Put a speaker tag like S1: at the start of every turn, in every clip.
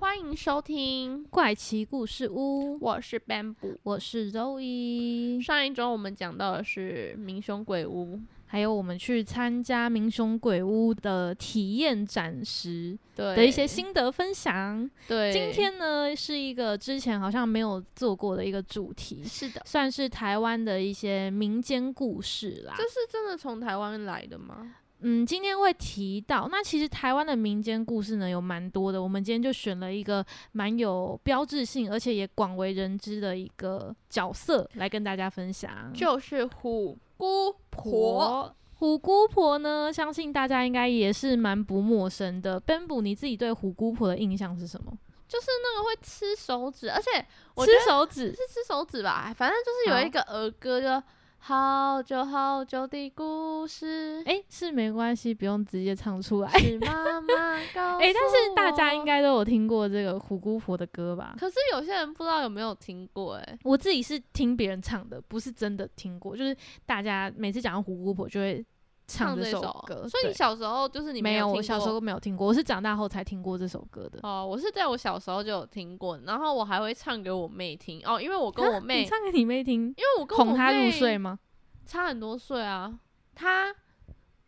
S1: 欢迎收听怪奇故事屋，
S2: 我是 Bamboo。
S1: 我是周一。
S2: 上一周我们讲到的是民雄鬼屋，
S1: 还有我们去参加民雄鬼屋的体验展时
S2: 对
S1: 的一些。心得分享。
S2: 对，
S1: 今天呢是一个之前好像没有做过的一个主题，
S2: 是的，
S1: 算是台湾的一些民间故事啦
S2: 这。是真的从台湾来的吗？
S1: 嗯，今天会提到。那其实台湾的民间故事呢有蛮多的，我们今天就选了一个蛮有标志性，而且也广为人知的一个角色来跟大家分享。
S2: 就是虎姑婆。
S1: 婆。虎姑婆呢，相信大家应该也是蛮不陌生的。Ben 布，你自己对虎姑婆的印象是什么？
S2: 就是那个会吃手指，而且我
S1: 吃
S2: 觉得
S1: 手指
S2: 是吃手指吧，反正就是有一个儿歌就。好久好久的故事，
S1: 哎、是没关系，不用直接唱出 来。
S2: 是妈妈告诉我。
S1: 哎、但是大
S2: 哦
S1: 家应，该都有听过这个虎姑婆的歌吧？
S2: 可是有些人不知道有没有听过、哎，
S1: 我自己是听别人唱的，不是真的听过。就是大家每次讲到虎姑婆，就会唱
S2: 这
S1: 这首
S2: 首
S1: 歌。
S2: 所以你
S1: 对
S2: 小时候就是你
S1: 没
S2: 有
S1: 有？
S2: 听
S1: 我小时
S2: 过
S1: 候没有听过，我是长大后才听过这首歌的。
S2: 哦，我是在我小时候就有听过，然后我还会唱给我妹听哦，因为我跟
S1: 啊
S2: 我妹，
S1: 你唱给你妹听，
S2: 因为我跟我
S1: 哄她入
S2: 妹
S1: 睡吗？
S2: 差很多岁啊，她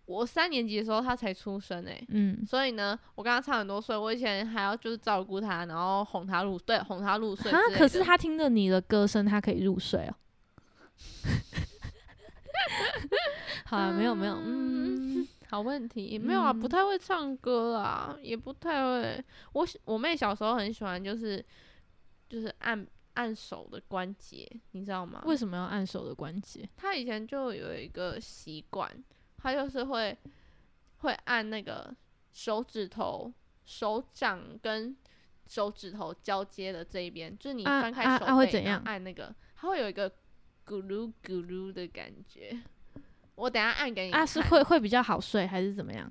S2: 我三年级的时候她才出生哎、
S1: 嗯，
S2: 所以呢，我跟她差很多岁，我以前还要就是照顾她，然后哄她入对哄她入睡之
S1: 啊
S2: 类的，
S1: 可是他听着你的歌声，他可以入睡哦。 好啊，没有没有，嗯，
S2: 好问题没有啊，不
S1: 嗯
S2: 太会唱歌啊，也不太会，我喜我妹小时候很喜欢就是就是按按手的关节，你知道吗？
S1: 为什么要按手的关节？
S2: 他以前就有一个习惯，他就是会会按那个手指头、手掌跟手指头交接的这一边，就是你
S1: 啊
S2: 翻开
S1: 啊
S2: 手背，
S1: 啊会怎
S2: 然后
S1: 样
S2: 按那个，它会有一个咕噜咕噜的感觉。我等一下按给你
S1: 啊，是
S2: 看
S1: 会会比较好睡还是怎么样？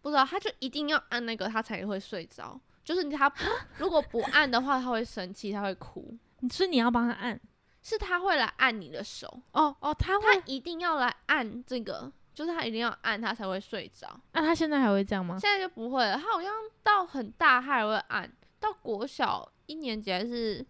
S2: 不知道，他就一定要按那个，他才会睡着。就是他如果不按的话，他会生气，他会哭。
S1: 所以你要帮他按。
S2: 是他会来按你的手，
S1: 哦哦，他会
S2: 他一定要来按这个，就是他一定要按，他才会睡着。
S1: 那、他啊现在还会这样吗？
S2: 现在就不会了，他好像到很大他还会按，到国小一年级还是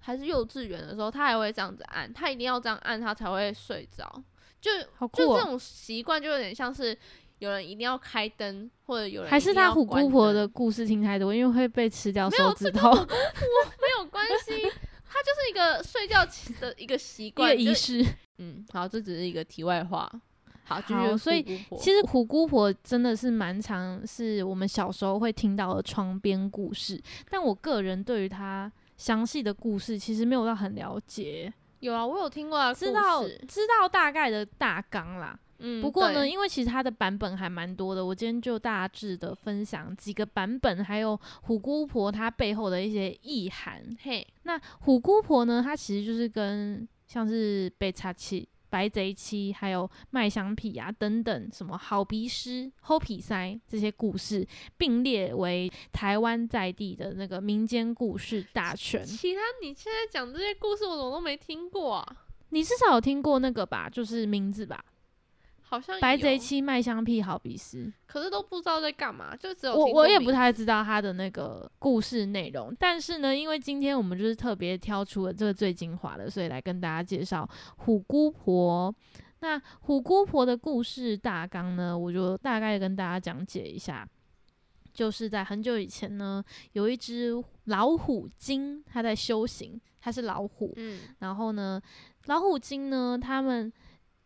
S2: 还是幼稚园的时候，他还会这样子按，他一定要这样按，他才会睡着。就
S1: 好酷
S2: 就
S1: 哦
S2: 这种习惯，就有点像是有人一定要开灯，或者有人
S1: 还是
S2: 一定
S1: 他
S2: 要
S1: 虎
S2: 关
S1: 姑婆
S2: 灯
S1: 的故事听太多，因为会被吃掉
S2: 没有
S1: 手指头，
S2: 没有关系，他就是一个睡觉起的一个习
S1: 一个
S2: 惯，就
S1: 仪
S2: 是
S1: 式。
S2: 嗯，好，这只是一个题外话。好，继
S1: 好
S2: 续。
S1: 所以其实虎姑婆真的是蛮常是我们小时候会听到的床边故事，但我个人对于她详细的故事其实没有到很了解，
S2: 有啊，我有听过啊，
S1: 知
S2: 故
S1: 道
S2: 事
S1: 知道大概的大纲啦。
S2: 嗯，
S1: 不过呢，
S2: 对
S1: 因为其实它的版本还蛮多的，我今天就大致的分享几个版本，还有虎姑婆她背后的一些意涵。
S2: 嘿，
S1: 那虎姑婆呢，她其实就是跟像是被查七、白贼七，还有麦香屁啊等等什么好鼻师、齁皮塞这些故事并列为台湾在地的那个民间故事大全。
S2: 其他你现在讲这些故事，我怎么都没听过啊？
S1: 你至少有听过那个吧，就是名字吧，
S2: 好像
S1: 白贼
S2: 有，
S1: 七、麦香屁、好鼻师。
S2: 可是都不知道在干嘛，就只有
S1: 我
S2: 听过
S1: 我也
S2: 名
S1: 不太知道它的那个故事内容，但是呢，因为今天我们就是特别挑出了这个最精华的，所以来跟大家介绍虎姑婆。那虎姑婆的故事大纲呢，我就大概跟大家讲解一下。就是在很久以前呢，有一只老虎精，它在修行，它是老虎，
S2: 嗯
S1: 然后呢，老虎精呢，它们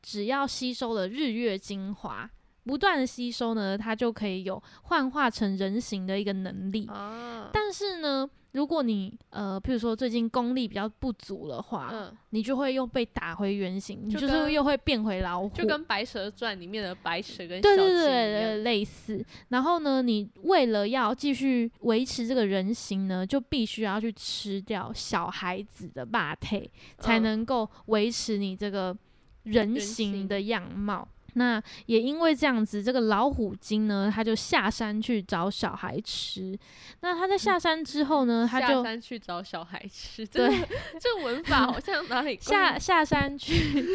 S1: 只要吸收了日月精华，不断的吸收呢，它就可以有幻化成人形的一个能力。
S2: 啊，
S1: 嗯但是呢，如果你呃，譬如说最近功力比较不足的话，
S2: 嗯，
S1: 你就会又被打回原形，你
S2: 就
S1: 就是
S2: 跟
S1: 又会变回老虎，
S2: 就跟《白蛇传》里面的白蛇跟小青
S1: 对对
S2: 一样
S1: 对对，类似。然后呢，你为了要继续维持这个人形呢，就必须要去吃掉小孩子的霸体，才
S2: 嗯
S1: 能够维持你这个人
S2: 人
S1: 形
S2: 形
S1: 的样貌。那也因为这样子，这个老虎精呢，他就下山去找小孩吃。那他在下山之后呢，呃他
S2: 下
S1: 就
S2: 山去找小孩吃。这
S1: 对
S2: 这文法好像哪里
S1: 下
S2: 怪？
S1: 下山去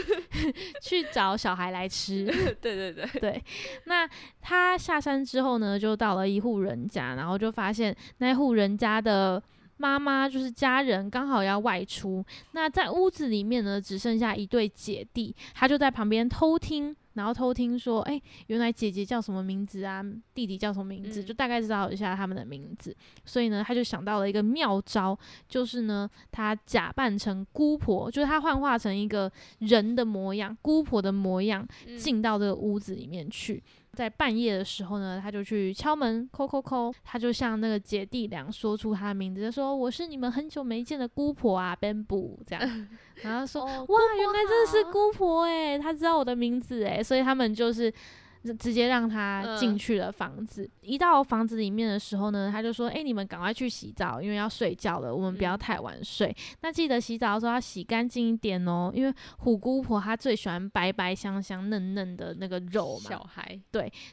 S1: 去找小孩来吃。
S2: 对对对，
S1: 那他下山之后呢，就到了一户人家，然后就发现那户人家的妈妈就是家人刚好要外出，那在屋子里面呢只剩下一对姐弟，他就在旁边偷听。然后偷听说，哎、原来姐姐叫什么名字啊，弟弟叫什么名字，
S2: 嗯
S1: 就大概知道一下他们的名字。所以呢，他就想到了一个妙招，就是呢，他假扮成姑婆，就是他幻化成一个人的模样，姑婆的模样，
S2: 嗯
S1: 进到这个屋子里面去。在半夜的时候呢，他就去敲门，叩叩叩，他就向那个姐弟俩说出他的名字，就说我是你们很久没见的姑婆啊，Bamboo 这样，然后说、
S2: 哦
S1: 哇，
S2: 姑
S1: 原
S2: 婆
S1: 来真的是
S2: 好
S1: 姑婆诶、她知道我的名字诶、所以他们就是直直接让他进
S2: 嗯
S1: 去了房子。一到房子里面的时候呢，他就说，诶、你们赶快去洗澡，因为要睡觉了，我们不要
S2: 嗯
S1: 太晚睡。那记得洗澡的时候要洗干净一点哦，因为虎姑婆她最喜欢白白香香嫩嫩的那个肉嘛
S2: 小，孩，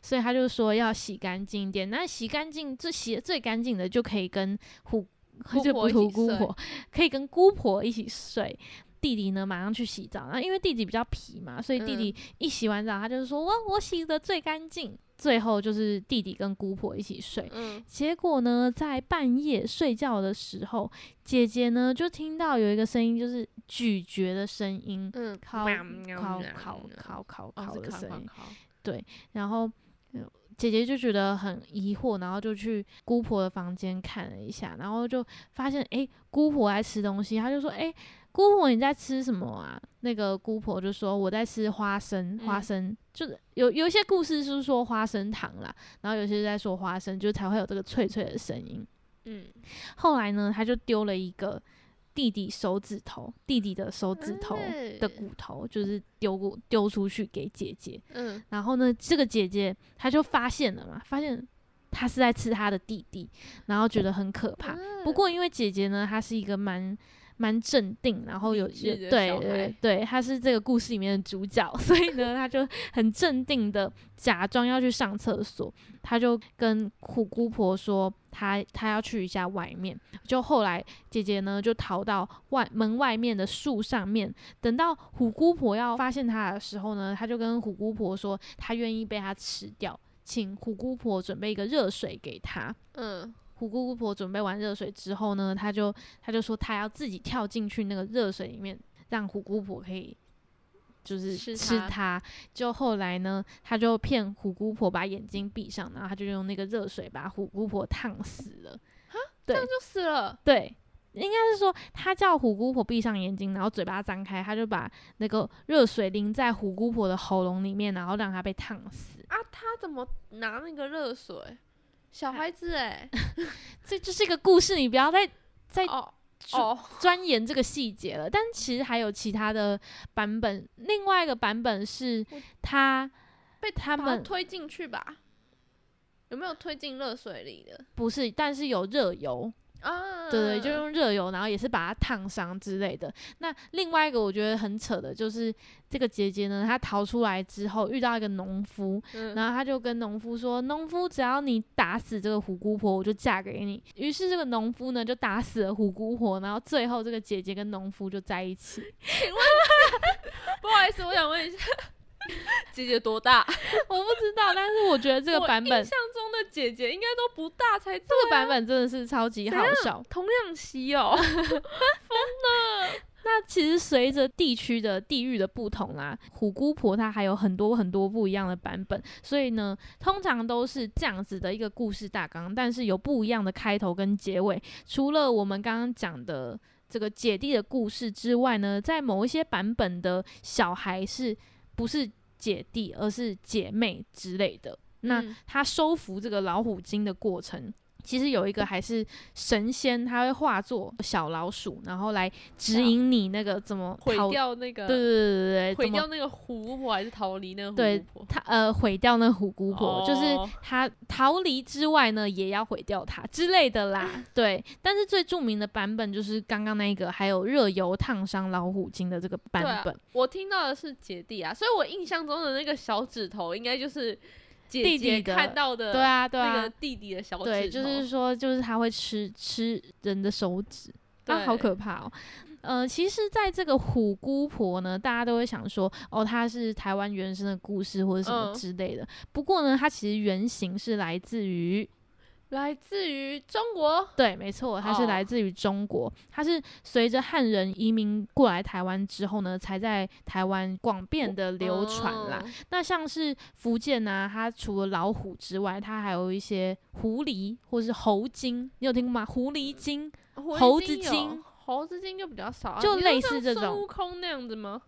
S1: 所以她就说要洗干净一点。那洗干净，最洗得最干净的就可以跟虎，
S2: 姑
S1: 就
S2: 婆
S1: 不
S2: 一
S1: 涂
S2: 起
S1: 姑
S2: 睡
S1: 婆，可以跟姑婆一起睡。弟弟呢，马上去洗澡。那因为弟弟比较皮嘛，所以弟
S2: 嗯
S1: 弟一洗完澡，他就说：“我我洗的最干净。”最后就是弟弟跟姑婆一起睡。
S2: 嗯，
S1: 结果呢，在半夜睡觉的时候，姐姐呢就听到有一个声音，就是咀嚼的声音，
S2: 嗯，
S1: 烤
S2: 喵
S1: 烤烤，烤烤
S2: 喵喵喵
S1: 烤
S2: 哦，
S1: 的
S2: 是烤
S1: 声
S2: 烤
S1: 音。
S2: 烤，
S1: 然后呃姐姐就觉得很疑惑，然后就去姑婆的房间看了一下，然后就发现诶，姑婆在吃东西，她就说诶，姑婆你在吃什么啊？那个姑婆就说我在吃花生，花
S2: 嗯
S1: 生、就是有有一些故事是说花生糖啦，然后有些在说花生，就才会有这个脆脆的声音。
S2: 嗯，
S1: 后来呢，他就丢了一个弟弟手指头，弟弟的手指头的
S2: 嗯
S1: 骨头，就是丢过丢出去给姐姐。
S2: 嗯，
S1: 然后呢，这个姐姐她就发现了嘛，发现她是在吃她的弟弟，然后觉得很可怕。
S2: 嗯
S1: 不过因为姐姐呢，她是一个蛮。蛮镇定，然后有
S2: 理
S1: 有
S2: 智的
S1: 对对
S2: 小
S1: 对
S2: 孩
S1: 对，她是这个故事里面的主角， 所以呢，她就很镇定的假装要去上厕所，她就跟虎姑婆说她她要去一下外面，就后来姐姐呢就逃到外门外面的树上面，等到虎姑婆要发现她的时候呢，她就跟虎姑婆说她愿意被她吃掉，请虎姑婆准备一个热水给她。
S2: 嗯，
S1: 虎姑姑婆准备完热水之后呢，她就她就说她要自己跳进去那个热水里面，让虎姑婆可以就是
S2: 吃
S1: 吃
S2: 它
S1: 它。就后来呢，她就骗虎姑婆把眼睛闭上，然后她就用那个热水把虎姑婆烫死了。
S2: 这
S1: 对
S2: 样就死了，
S1: 对，应该是说她叫虎姑婆闭上眼睛，然后嘴巴张开，她就把那个热水淋在虎姑婆的喉咙里面，然后让她被烫死。
S2: 啊，他怎么拿那个热水？小孩子哎，
S1: 这就是一个故事，你不要再再
S2: 哦
S1: 说
S2: 哦，
S1: 钻研这个细节了，但其实还有其他的版本。另外一个版本是
S2: 我
S1: 他
S2: 被
S1: 他
S2: 把它
S1: 们
S2: 推进去吧？有没有推进热水里的
S1: 不是，但是有热油，
S2: 啊？
S1: 对对，就用热油，然后也是把它烫伤之类的。那另外一个我觉得很扯的就是这个姐姐呢，她逃出来之后遇到一个农夫，
S2: 嗯
S1: 然后她就跟农夫说：“农夫，只要你打死这个虎姑婆，我就嫁给你。”于是这个农夫呢就打死了虎姑婆，然后最后这个姐姐跟农夫就在一起。
S2: 不好意思，我想问一下， 姐姐多大？
S1: 我不知道，但 是我觉得这个
S2: 我
S1: 版本
S2: 印象中的姐姐应该都不大才对。
S1: 这个版本真的是超级好笑。
S2: 童养媳哦，
S1: 那其实随着地区的地域的不同啦、虎姑婆她还有很多很多不一样的版本，所以呢，通常都是这样子的一个故事大纲，但是有不一样的开头跟结尾。除了我们刚刚讲的这个姐弟的故事之外呢，在某一些版本的小孩是不是姐弟，而是姐妹之类的。那
S2: 嗯
S1: 他收服这个老虎精的过程，其实有一个还是神仙，他会化作小老鼠，然后来指引你那个怎么
S2: 毁
S1: 逃。
S2: 掉那个，
S1: 对对对对对，
S2: 毁
S1: 怎么
S2: 掉那个湖泊还是逃离那个
S1: 对
S2: 湖泊？
S1: 他呃毁掉那虎姑婆，
S2: 哦
S1: 就是他逃离之外呢，也要毁掉它之类的啦。 对，但是最著名的版本就是刚刚那一个，还有热油烫伤老虎精的这个
S2: 对
S1: 版本。
S2: 啊，我听到的是姐弟啊，所以我印象中的那个小指头应该就是姐
S1: 弟弟
S2: 姐
S1: 的
S2: 看到的，
S1: 对啊，对
S2: 那
S1: 啊
S2: 个，弟弟的小指头，
S1: 对，就是说，就是他会吃吃人的手指，啊，
S2: 对
S1: 好可怕哦。呃，其实，在这个虎姑婆呢，大家都会想说，哦，它是台湾原生的故事或者什么
S2: 嗯
S1: 之类的。不过呢，它其实原型是来自于
S2: 来自于中国，
S1: 对，没错，它是
S2: 哦
S1: 来自于中国，它是随着汉人移民过来台湾之后呢，才在台湾广遍的流传啦。
S2: 嗯
S1: 那像是福建啊，它除了老虎之外，它还有一些狐狸或是猴精，你有听过吗？狐狸精，猴
S2: 狐狸
S1: 子
S2: 有
S1: 精，
S2: 猴子精就比较少啊，
S1: 就
S2: 你说
S1: 类
S2: 像
S1: 似这
S2: 孙
S1: 种
S2: 悟空那样子吗？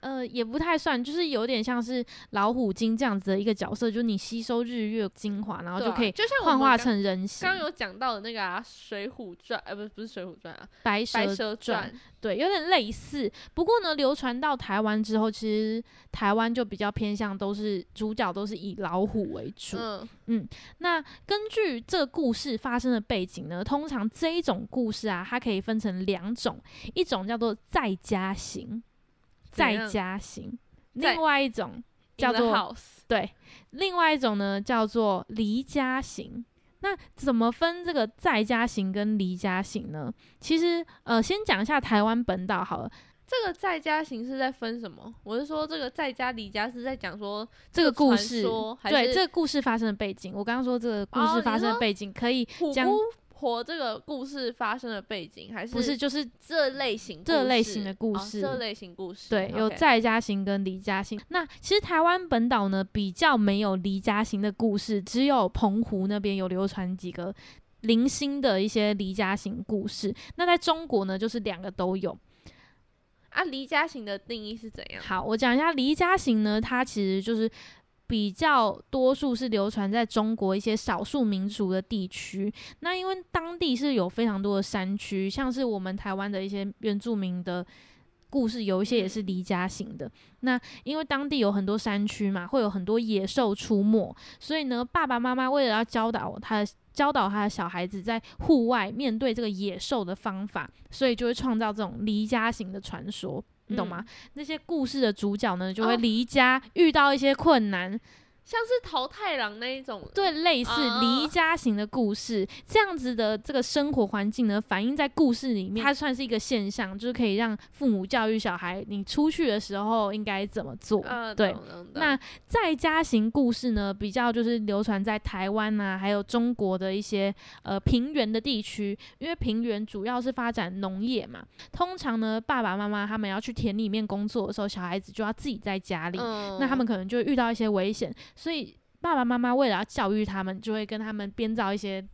S1: 呃，也不太算，就是有点像是老虎精这样子的一个角色，就是你吸收日月精华，然后
S2: 对
S1: 就
S2: 啊
S1: 可以
S2: 就像我
S1: 幻
S2: 们
S1: 化
S2: 刚
S1: 成人形
S2: 刚。有讲到的那个啊，《水浒传》呃，不是不是《水浒传》啊，
S1: 白
S2: 《白
S1: 蛇
S2: 蛇传》
S1: 对，有点类似。不过呢，流传到台湾之后，其实台湾就比较偏向都是主角都是以老虎为主。
S2: 嗯，
S1: 那根据这个故事发生的背景呢，通常这一种故事啊，它可以分成两种，一种叫做在家型，在
S2: 样
S1: 家型，
S2: 在
S1: 另外一种叫
S2: In the
S1: 做
S2: House
S1: 对，另外一种呢叫做离家型。那怎么分这个在家型跟离家型呢？其实，呃，先讲一下台湾本岛好了。
S2: 这个在家型是在分什么？我是说这个在家离家是在讲说
S1: 这个故
S2: 传
S1: 事，
S2: 说还
S1: 对
S2: 是
S1: 这个故事发生的背景，我刚刚说这个故
S2: 哦
S1: 事
S2: 你
S1: 发生的
S2: 说
S1: 背景可以
S2: 虎
S1: 将
S2: 姑婆这个故事发生的背景，还是
S1: 不是就是
S2: 这类型故事
S1: 这类型的故事
S2: 哦这类型故事
S1: 对有
S2: OK
S1: 在家型跟离家型。那其实台湾本岛呢比较没有离家型的故事，只有澎湖那边有流传几个零星的一些离家型故事。那在中国呢，就是两个都有。
S2: 啊，离家型的定义是怎样？
S1: 好，我讲一下离家型呢，它其实就是比较多数是流传在中国一些少数民族的地区。那因为当地是有非常多的山区，像是我们台湾的一些原住民的。故事有一些也是离家型的，那因为当地有很多山区嘛，会有很多野兽出没，所以呢，爸爸妈妈为了要教导他的教导他的小孩子在户外面对这个野兽的方法，所以就会创造这种离家型的传说，你懂吗？
S2: 嗯
S1: 那些故事的主角呢，就会
S2: 哦
S1: 离家，遇到一些困难，
S2: 像是桃太郎那一种，
S1: 对，类似
S2: 哦
S1: 离家型的故事，这样子的这个生活环境呢，反映在故事里面，它算是一个现象，就是可以让父母教育小孩，你出去的时候应该怎么做，
S2: 啊，
S1: 对。
S2: 懂，懂懂
S1: 那在家型故事呢，比较就是流传在台湾啊，还有中国的一些呃平原的地区，因为平原主要是发展农业嘛。通常呢，爸爸妈妈他们要去田里面工作的时候，小孩子就要自己在家里，
S2: 嗯
S1: 那他们可能就会遇到一些危险，所以爸爸妈妈为了要教育他们，就会跟他们编造一些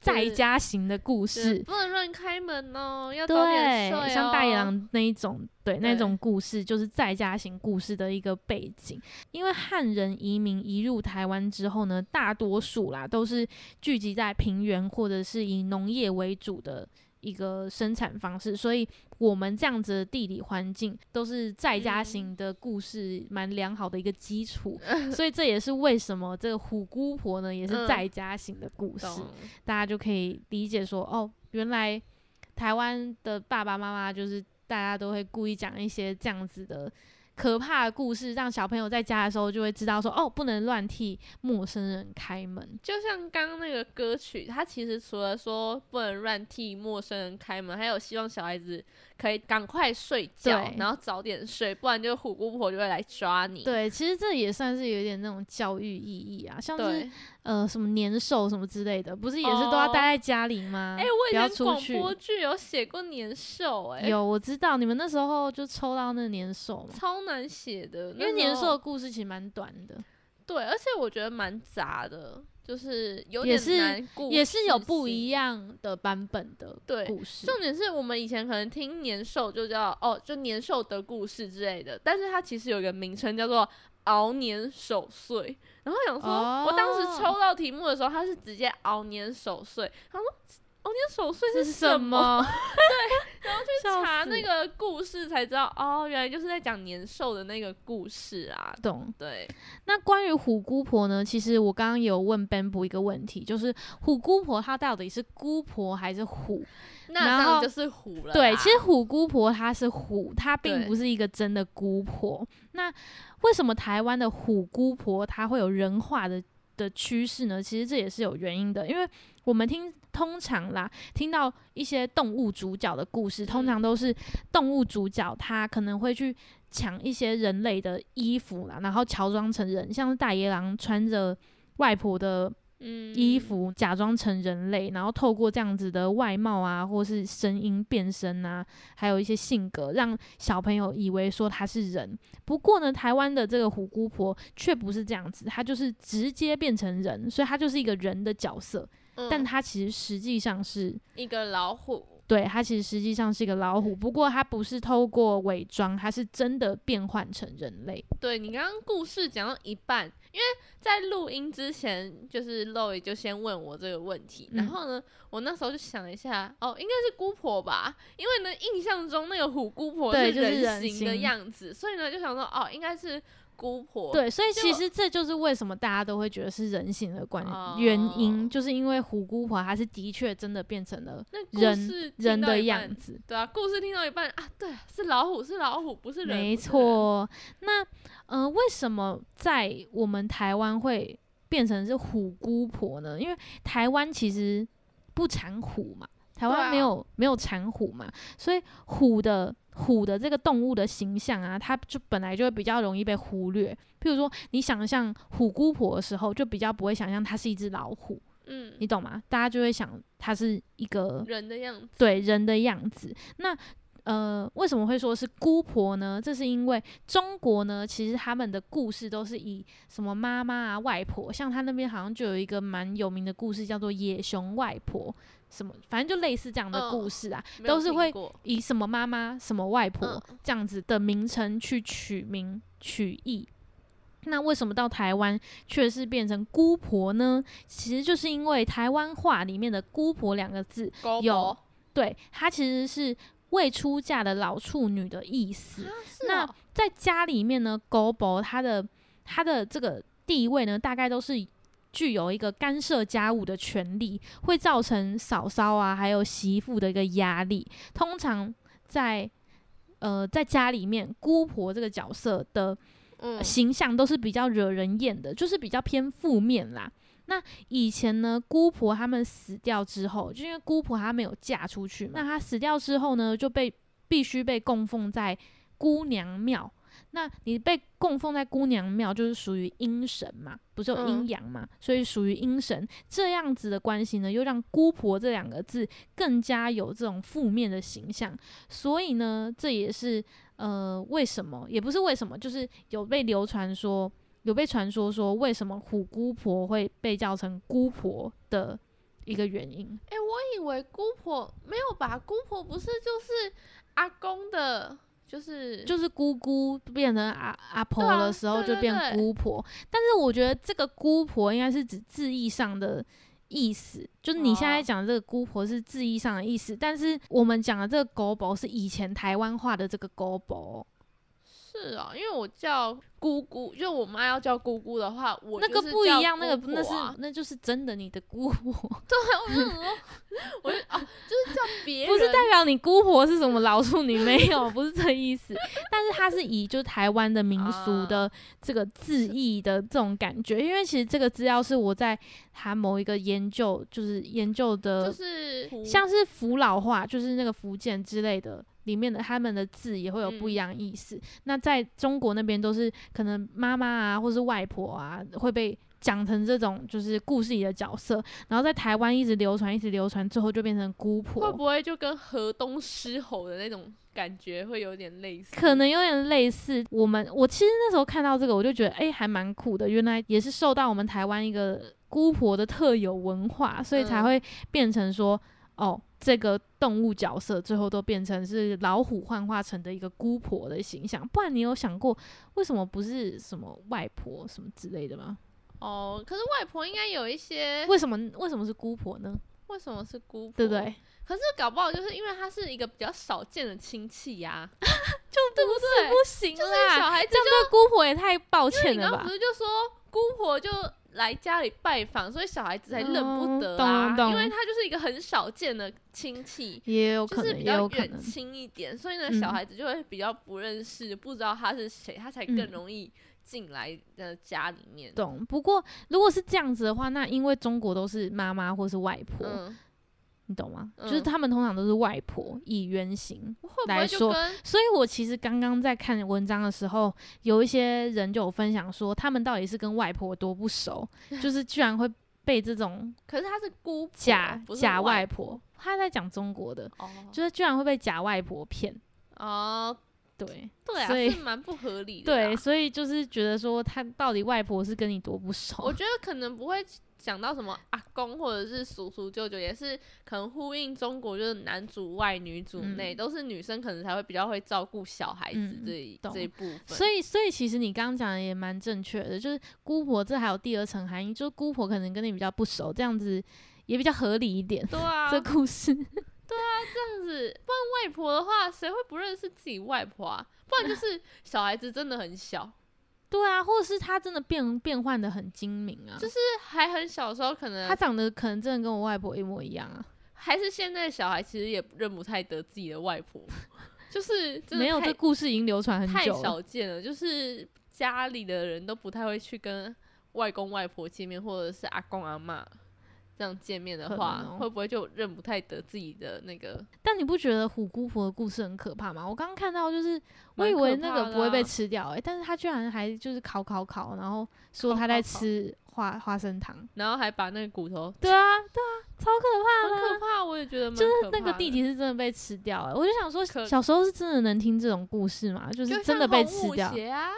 S1: 在
S2: 是
S1: 家型的故
S2: 就是
S1: 事。
S2: 不能乱开门哦，要早
S1: 对
S2: 点睡、哦，
S1: 像大野狼那一种，对那
S2: 对
S1: 种故事，就是在家型故事的一个背景。因为汉人移民移入台湾之后呢，大多数啦都是聚集在平原或者是以农业为主的。一个生产方式，所以我们这样子的地理环境都是在家
S2: 嗯
S1: 型的故事，蛮良好的一个 基础。所以这也是为什么这个虎姑婆呢，也是
S2: 嗯
S1: 在家型的故事。
S2: 懂。
S1: 大家就可以理解说，哦，原来台湾的爸爸妈妈就是大家都会故意讲一些这样子的可怕的故事，让小朋友在家的时候就会知道说，哦，不能乱替陌生人开门。
S2: 就像刚刚那个歌曲，它其实除了说不能乱替陌生人开门，还有希望小孩子可以赶快睡觉
S1: 对，
S2: 然后早点睡，不然就虎姑婆就会来抓你。
S1: 对，其实这也算是有点那种教育意义啊，像是
S2: 对，
S1: 呃什么年兽什么之类的，不是也是都要
S2: 哦
S1: 待在家里吗？
S2: 哎、我
S1: 不要
S2: 以前
S1: 出
S2: 广
S1: 去。
S2: 播剧有写过年兽、哎，
S1: 有我知道，你们那时候就抽到那个年兽嘛，
S2: 超难写的，
S1: 因为
S2: 那
S1: 年
S2: 时
S1: 兽
S2: 候
S1: 的故事其实蛮短的。
S2: 对，而且我觉得蛮杂的，就是有
S1: 也
S2: 点
S1: 是
S2: 难故
S1: 也是有不
S2: 事性
S1: 一样的版本的
S2: 对
S1: 故事。
S2: 重点是我们以前可能听年兽就叫哦，就年兽的故事之类的，但是它其实有一个名称叫做《熬年守岁，然后想说，
S1: 哦
S2: 我当时抽到题目的时候，他是直接熬年守岁，他说哦熬年守岁
S1: 这是
S2: 什
S1: 什
S2: 么？
S1: 么？
S2: 然后去
S1: 笑
S2: 查
S1: 死
S2: 那个故事才知道，哦，原来就是在讲年兽的那个故事啊。
S1: 懂。
S2: 对，
S1: 那关于虎姑婆呢？其实我刚刚有问 Bamboo 一个问题，就是虎姑婆她到底是姑婆还是虎？
S2: 那
S1: 然
S2: 这样
S1: 后
S2: 就是虎了啦。
S1: 对，其实虎姑婆她是虎，她并
S2: 对
S1: 不是一个真的姑婆。那为什么台湾的虎姑婆她会有人化的的趋势呢？其实这也是有原因的，因为我们听通常啦，听到一些动物主角的故事，通
S2: 嗯
S1: 常都是动物主角他可能会去抢一些人类的衣服啦，然后乔装成人，像是大野狼穿着外婆的
S2: 嗯
S1: 衣服假装成人类，然后透过这样子的外貌啊，或是声音变身啊，还有一些性格，让小朋友以为说他是人。不过呢，台湾的这个虎姑婆却不是这样子，她就是直接变成人，所以她就是一个人的角色，
S2: 嗯
S1: 但她其实实际上是
S2: 一个老虎，
S1: 对，它其实实际上是一个老虎，不过它不是透过伪装，它是真的变换成人类。
S2: 对你刚刚故事讲到一半，因为在录音之前，就是 Loy 就先问我这个问题，
S1: 嗯
S2: 然后呢，我那时候就想了一下，哦，应该是姑婆吧，因为呢，印象中那个虎姑婆
S1: 对就是人
S2: 人形的
S1: 形
S2: 样子，所以呢，就想说，哦，应该是姑婆，
S1: 对，所以其
S2: 就
S1: 实这就是为什么大家都会觉得是人性的关原因，
S2: 哦
S1: 就是因为虎姑婆她是的确真的变成了
S2: 那故事
S1: 人
S2: 听
S1: 人
S2: 到
S1: 的
S2: 一半
S1: 样子。
S2: 对啊，故事听到一半啊，对，是老虎，是老虎，不是人，
S1: 没
S2: 不是人，
S1: 错。那呃，为什么在我们台湾会变成是虎姑婆呢？因为台湾其实不产虎嘛，台
S2: 对
S1: 湾
S2: 啊
S1: 没有、没有产虎嘛，所以虎的。虎的这个动物的形象啊，它就本来就会比较容易被忽略。譬如说，你想象虎姑婆的时候，就比较不会想象它是一只老虎，你
S2: 嗯，
S1: 懂吗？大家就会想它是一个
S2: 人的样子，
S1: 对人的样子。那呃，为什么会说是姑婆呢？这是因为中国呢，其实他们的故事都是以什么妈妈啊、外婆，像他那边好像就有一个蛮有名的故事，叫做《野熊外婆》，什么反正就类似这样的
S2: 嗯
S1: 故事啊，
S2: 没有
S1: 都是
S2: 听
S1: 会
S2: 过
S1: 以什么妈妈、什么外婆、
S2: 嗯
S1: 这样子的名称去取名取义。那为什么到台湾却是变成姑婆呢？其实就是因为台湾话里面的“姑婆”两个字，
S2: 狗
S1: 有
S2: 狗
S1: 对，它其实是未出嫁的老处女的意思。
S2: 啊，是
S1: 那
S2: 哦
S1: 在家里面呢，狗婆她的她的这个地位呢，大概都是具有一个干涉家务的权利，会造成嫂嫂啊，还有媳妇的一个压力。通常在呃，在家里面，姑婆这个角色的
S2: 嗯
S1: 形象都是比较惹人厌的，就是比较偏负面啦。那以前呢，姑婆她们死掉之后，就因为姑婆她没有嫁出去嘛，那她死掉之后呢，就被必须被供奉在姑娘庙。那你被供奉在姑娘庙，就是属于阴神嘛，不是有阴
S2: 嗯
S1: 阳嘛，所以属于阴神。这样子的关系呢，又让“姑婆”这两个字更加有这种负面的形象。所以呢，这也是呃，为什么也不是为什么，就是有被流传说，有被传说说为什么虎姑婆会被叫成姑婆的一个原因。
S2: 哎、我以为姑婆没有吧？姑婆不是就是阿公的，就是
S1: 就是姑姑变成阿阿婆
S2: 对啊
S1: 的时候，
S2: 对
S1: 就
S2: 对
S1: 变
S2: 对
S1: 姑婆。但是我觉得这个姑婆应该是指字义上的意思，就是你现在
S2: 哦
S1: 讲的这个姑婆是字义上的意思，但是我们讲的这个狗婆是以前台湾话的这个狗婆，
S2: 是哦，因为我叫姑姑，就我妈要叫姑姑的话，我
S1: 那
S2: 就
S1: 个
S2: 是
S1: 不一
S2: 叫
S1: 样，那
S2: 姑
S1: 个那
S2: 婆啊
S1: 是那就是真的你的姑婆，
S2: 对，我 就想说， 我就啊，就是叫别人，
S1: 不是代表你姑婆是什么老处女， 没有，不是这意思。但是它是以就台湾的民俗
S2: 啊
S1: 的这个字义的这种感觉，因为其实这个资料是我在他某一个研究，就是研究
S2: 就
S1: 的，
S2: 是胡
S1: 像是福老话，就是那个福建之类的。里面的他们的字也会有不
S2: 嗯
S1: 一样意思。那在中国那边都是可能妈妈啊，或是外婆啊，会被讲成这种就是故事里的角色。然后在台湾一直流传，一直流传，最后就变成姑婆。
S2: 会不会就跟河东狮吼的那种感觉会有点类似？
S1: 可能有点类似。我们我其实那时候看到这个，我就觉得诶，还蛮酷的，原来也是受到我们台湾一个姑婆的特有文化，所以才
S2: 嗯
S1: 会变成说、哦，这个动物角色最后都变成是老虎幻化成的一个姑婆的形象。不然你有想过为什么不是什么外婆什么之类 的吗？
S2: 哦，可是外婆应该有一些，
S1: 为什么为什么是姑婆呢？
S2: 为什么是姑婆？
S1: 对不对？
S2: 可是搞不好就是因为他是一个比较少见的亲戚呀、
S1: 就对不
S2: 对
S1: 不行
S2: 啊就是
S1: 啦，
S2: 小孩子
S1: 哎这样对姑婆也太抱歉
S2: 你
S1: 了
S2: 刚刚
S1: 吧
S2: 不？是就说姑婆就来家里拜访，所以小孩子才认不得
S1: 嗯
S2: 啊，
S1: 懂懂
S2: 因为他就是一个很少见的亲戚，
S1: 也有可
S2: 就是
S1: 能，
S2: 比
S1: 也
S2: 较
S1: 有可
S2: 远
S1: 能，
S2: 亲一点，所以呢，
S1: 嗯
S2: 小孩子就会比较不认识，不知道他是谁，他才更
S1: 嗯
S2: 容易进来的家里面。
S1: 懂。不过如果是这样子的话，那因为中国都是妈妈或是外婆，
S2: 嗯，
S1: 你懂吗？就是
S2: 嗯
S1: 他们通常都是外婆以原型。
S2: 会不
S1: 来
S2: 会就
S1: 说
S2: 跟
S1: 所以我其实刚刚在看文章的时候，有一些人就有分享说，他们到底是跟外婆多不熟，就是居然会被 这种
S2: 可是他是姑婆
S1: 假
S2: 不是
S1: 假
S2: 外
S1: 外婆，他在讲中国的，
S2: 哦，
S1: 就是居然会被假外婆骗。
S2: 哦，
S1: 对
S2: 对啊，
S1: 所以
S2: 是蛮不合理的啦。
S1: 对，所以就是觉得说，他到底外婆是跟你多不熟？
S2: 我觉得可能不会讲到什么阿公或者是叔叔舅舅，也是可能呼应中国就是男主外女主内，
S1: 嗯
S2: 都是女生可能才会比较会照顾小孩子
S1: 嗯
S2: 这一、
S1: 懂
S2: 这一部分。
S1: 所
S2: 以
S1: 以，所以其实你刚刚讲的也蛮正确的，就是姑婆这还有第二层含义，就是姑婆可能跟你比较不熟，这样子也比较合理一点。
S2: 对啊，
S1: 这故事
S2: 这样子，不然外婆的话，谁会不认识自己外婆啊？不然就是小孩子真的很小，
S1: 对啊，或者是她真的变变换的很精明啊，
S2: 就是还很小的时候，可
S1: 她
S2: 能
S1: 长得可能真的跟我外婆一模一样啊，
S2: 还是现在的小孩，其实也认不太得自己的外婆，就是真的
S1: 没有
S2: 太
S1: 这故事已经流传很
S2: 太
S1: 久了，
S2: 少见了，就是家里的人都不太会去跟外公外婆见面，或者是阿公阿妈这样见面的
S1: 可
S2: 话，
S1: 能哦
S2: 会不会就认不太得自己的那个？
S1: 但你不觉得虎姑婆的故事很可怕吗？我刚刚看到就是，我以
S2: 蛮可
S1: 为那
S2: 怕
S1: 个
S2: 的
S1: 不会被
S2: 啊
S1: 吃掉、欸，但是她居然还就是烤烤烤，然后说
S2: 烤
S1: 她在
S2: 烤烤
S1: 吃花花生糖。
S2: 然后还把那个骨头，
S1: 对啊，对啊，超可怕
S2: 很
S1: 的啊、
S2: 可怕，我也觉得蛮
S1: 就是
S2: 可
S1: 那个
S2: 怕
S1: 弟
S2: 的
S1: 弟是真的被吃掉、欸，我就想说，
S2: 可
S1: 小时候是真的能听这种故事吗？就
S2: 就是像
S1: 真的被
S2: 红
S1: 吃
S2: 舞
S1: 掉，哦
S2: 鞋啊，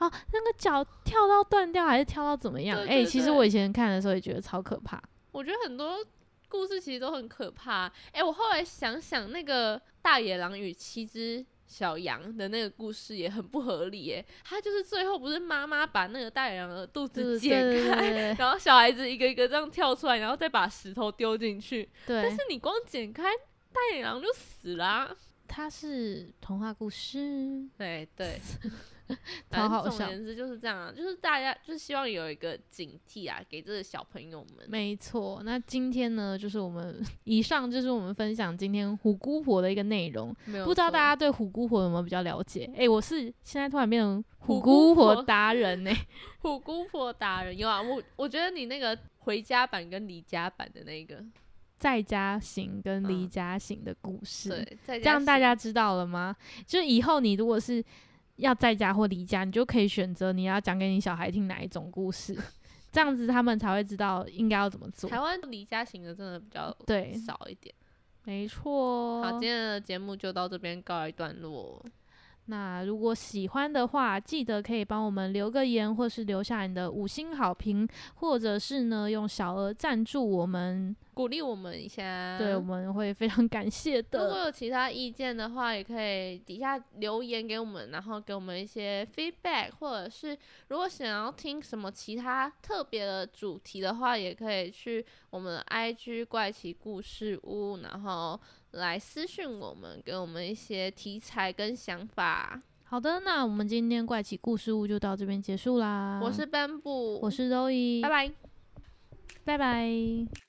S1: 那个脚跳到断掉还是跳到怎么样？
S2: 对
S1: 哎、
S2: 对
S1: 其实
S2: 对
S1: 我以前看的时候也觉得超可怕。
S2: 我觉得很多故事其实都很可怕。哎、我后来想想，那个大野狼与七只小羊的那个故事也很不合理耶。他就是最后不是妈妈把那个大野羊的肚
S1: 就是
S2: 子
S1: 对
S2: 解
S1: 对对
S2: 开，
S1: 对
S2: 然后小孩子一个一个这样跳出来，然后再把石头丢进去。
S1: 对，
S2: 但
S1: 对
S2: 是你光剪开，大野狼就死啦、
S1: 它是童话故事。
S2: 对 对，
S1: 超
S2: 反
S1: 好
S2: 正总
S1: 笑
S2: 而言之就是这样啊，就是大家就是希望有一个警惕啊，给这个小朋友们。
S1: 没错，那今天呢，就是我们以上就是我们分享今天虎姑婆的一个内容。
S2: 没有
S1: 不知道
S2: 错
S1: 大家对虎姑婆有没有比较了解？诶，我是现在突然变成虎
S2: 虎
S1: 姑
S2: 姑
S1: 婆
S2: 婆
S1: 达人呢、
S2: 虎姑婆达人有啊，我我觉得你那个回家版跟离家版的那个，
S1: 在家行跟离
S2: 嗯
S1: 家行的故事，
S2: 对，在
S1: 这样大
S2: 写
S1: 家知道了吗？就以后你如果是要在家或离家，你就可以选择你要讲给你小孩听哪一种故事，这样子他们才会知道应该要怎么做。
S2: 台湾离家型的真的比较
S1: 对哦
S2: 少一点。
S1: 没错。
S2: 好，今天的节目就到这边告一段落。
S1: 那如果喜欢的话，记得可以帮我们留个言，或是留下你的五星好评，或者是呢用小额赞助我们，
S2: 鼓励我们一下，
S1: 对我们会非常感谢
S2: 如果
S1: 的。
S2: 有其他意见的话，也可以底下留言给我们，然后给我们一些 feedback，或者是如果想要听什么其他特别的主题的话，也可以去我们的 IG 怪奇故事屋，然后来私讯我们，给我们一些题材跟想法。
S1: 好的，那我们今天怪奇故事屋就到这边结束啦。
S2: 我是 b a
S1: 我是 Zoe，
S2: 拜拜。
S1: 拜拜。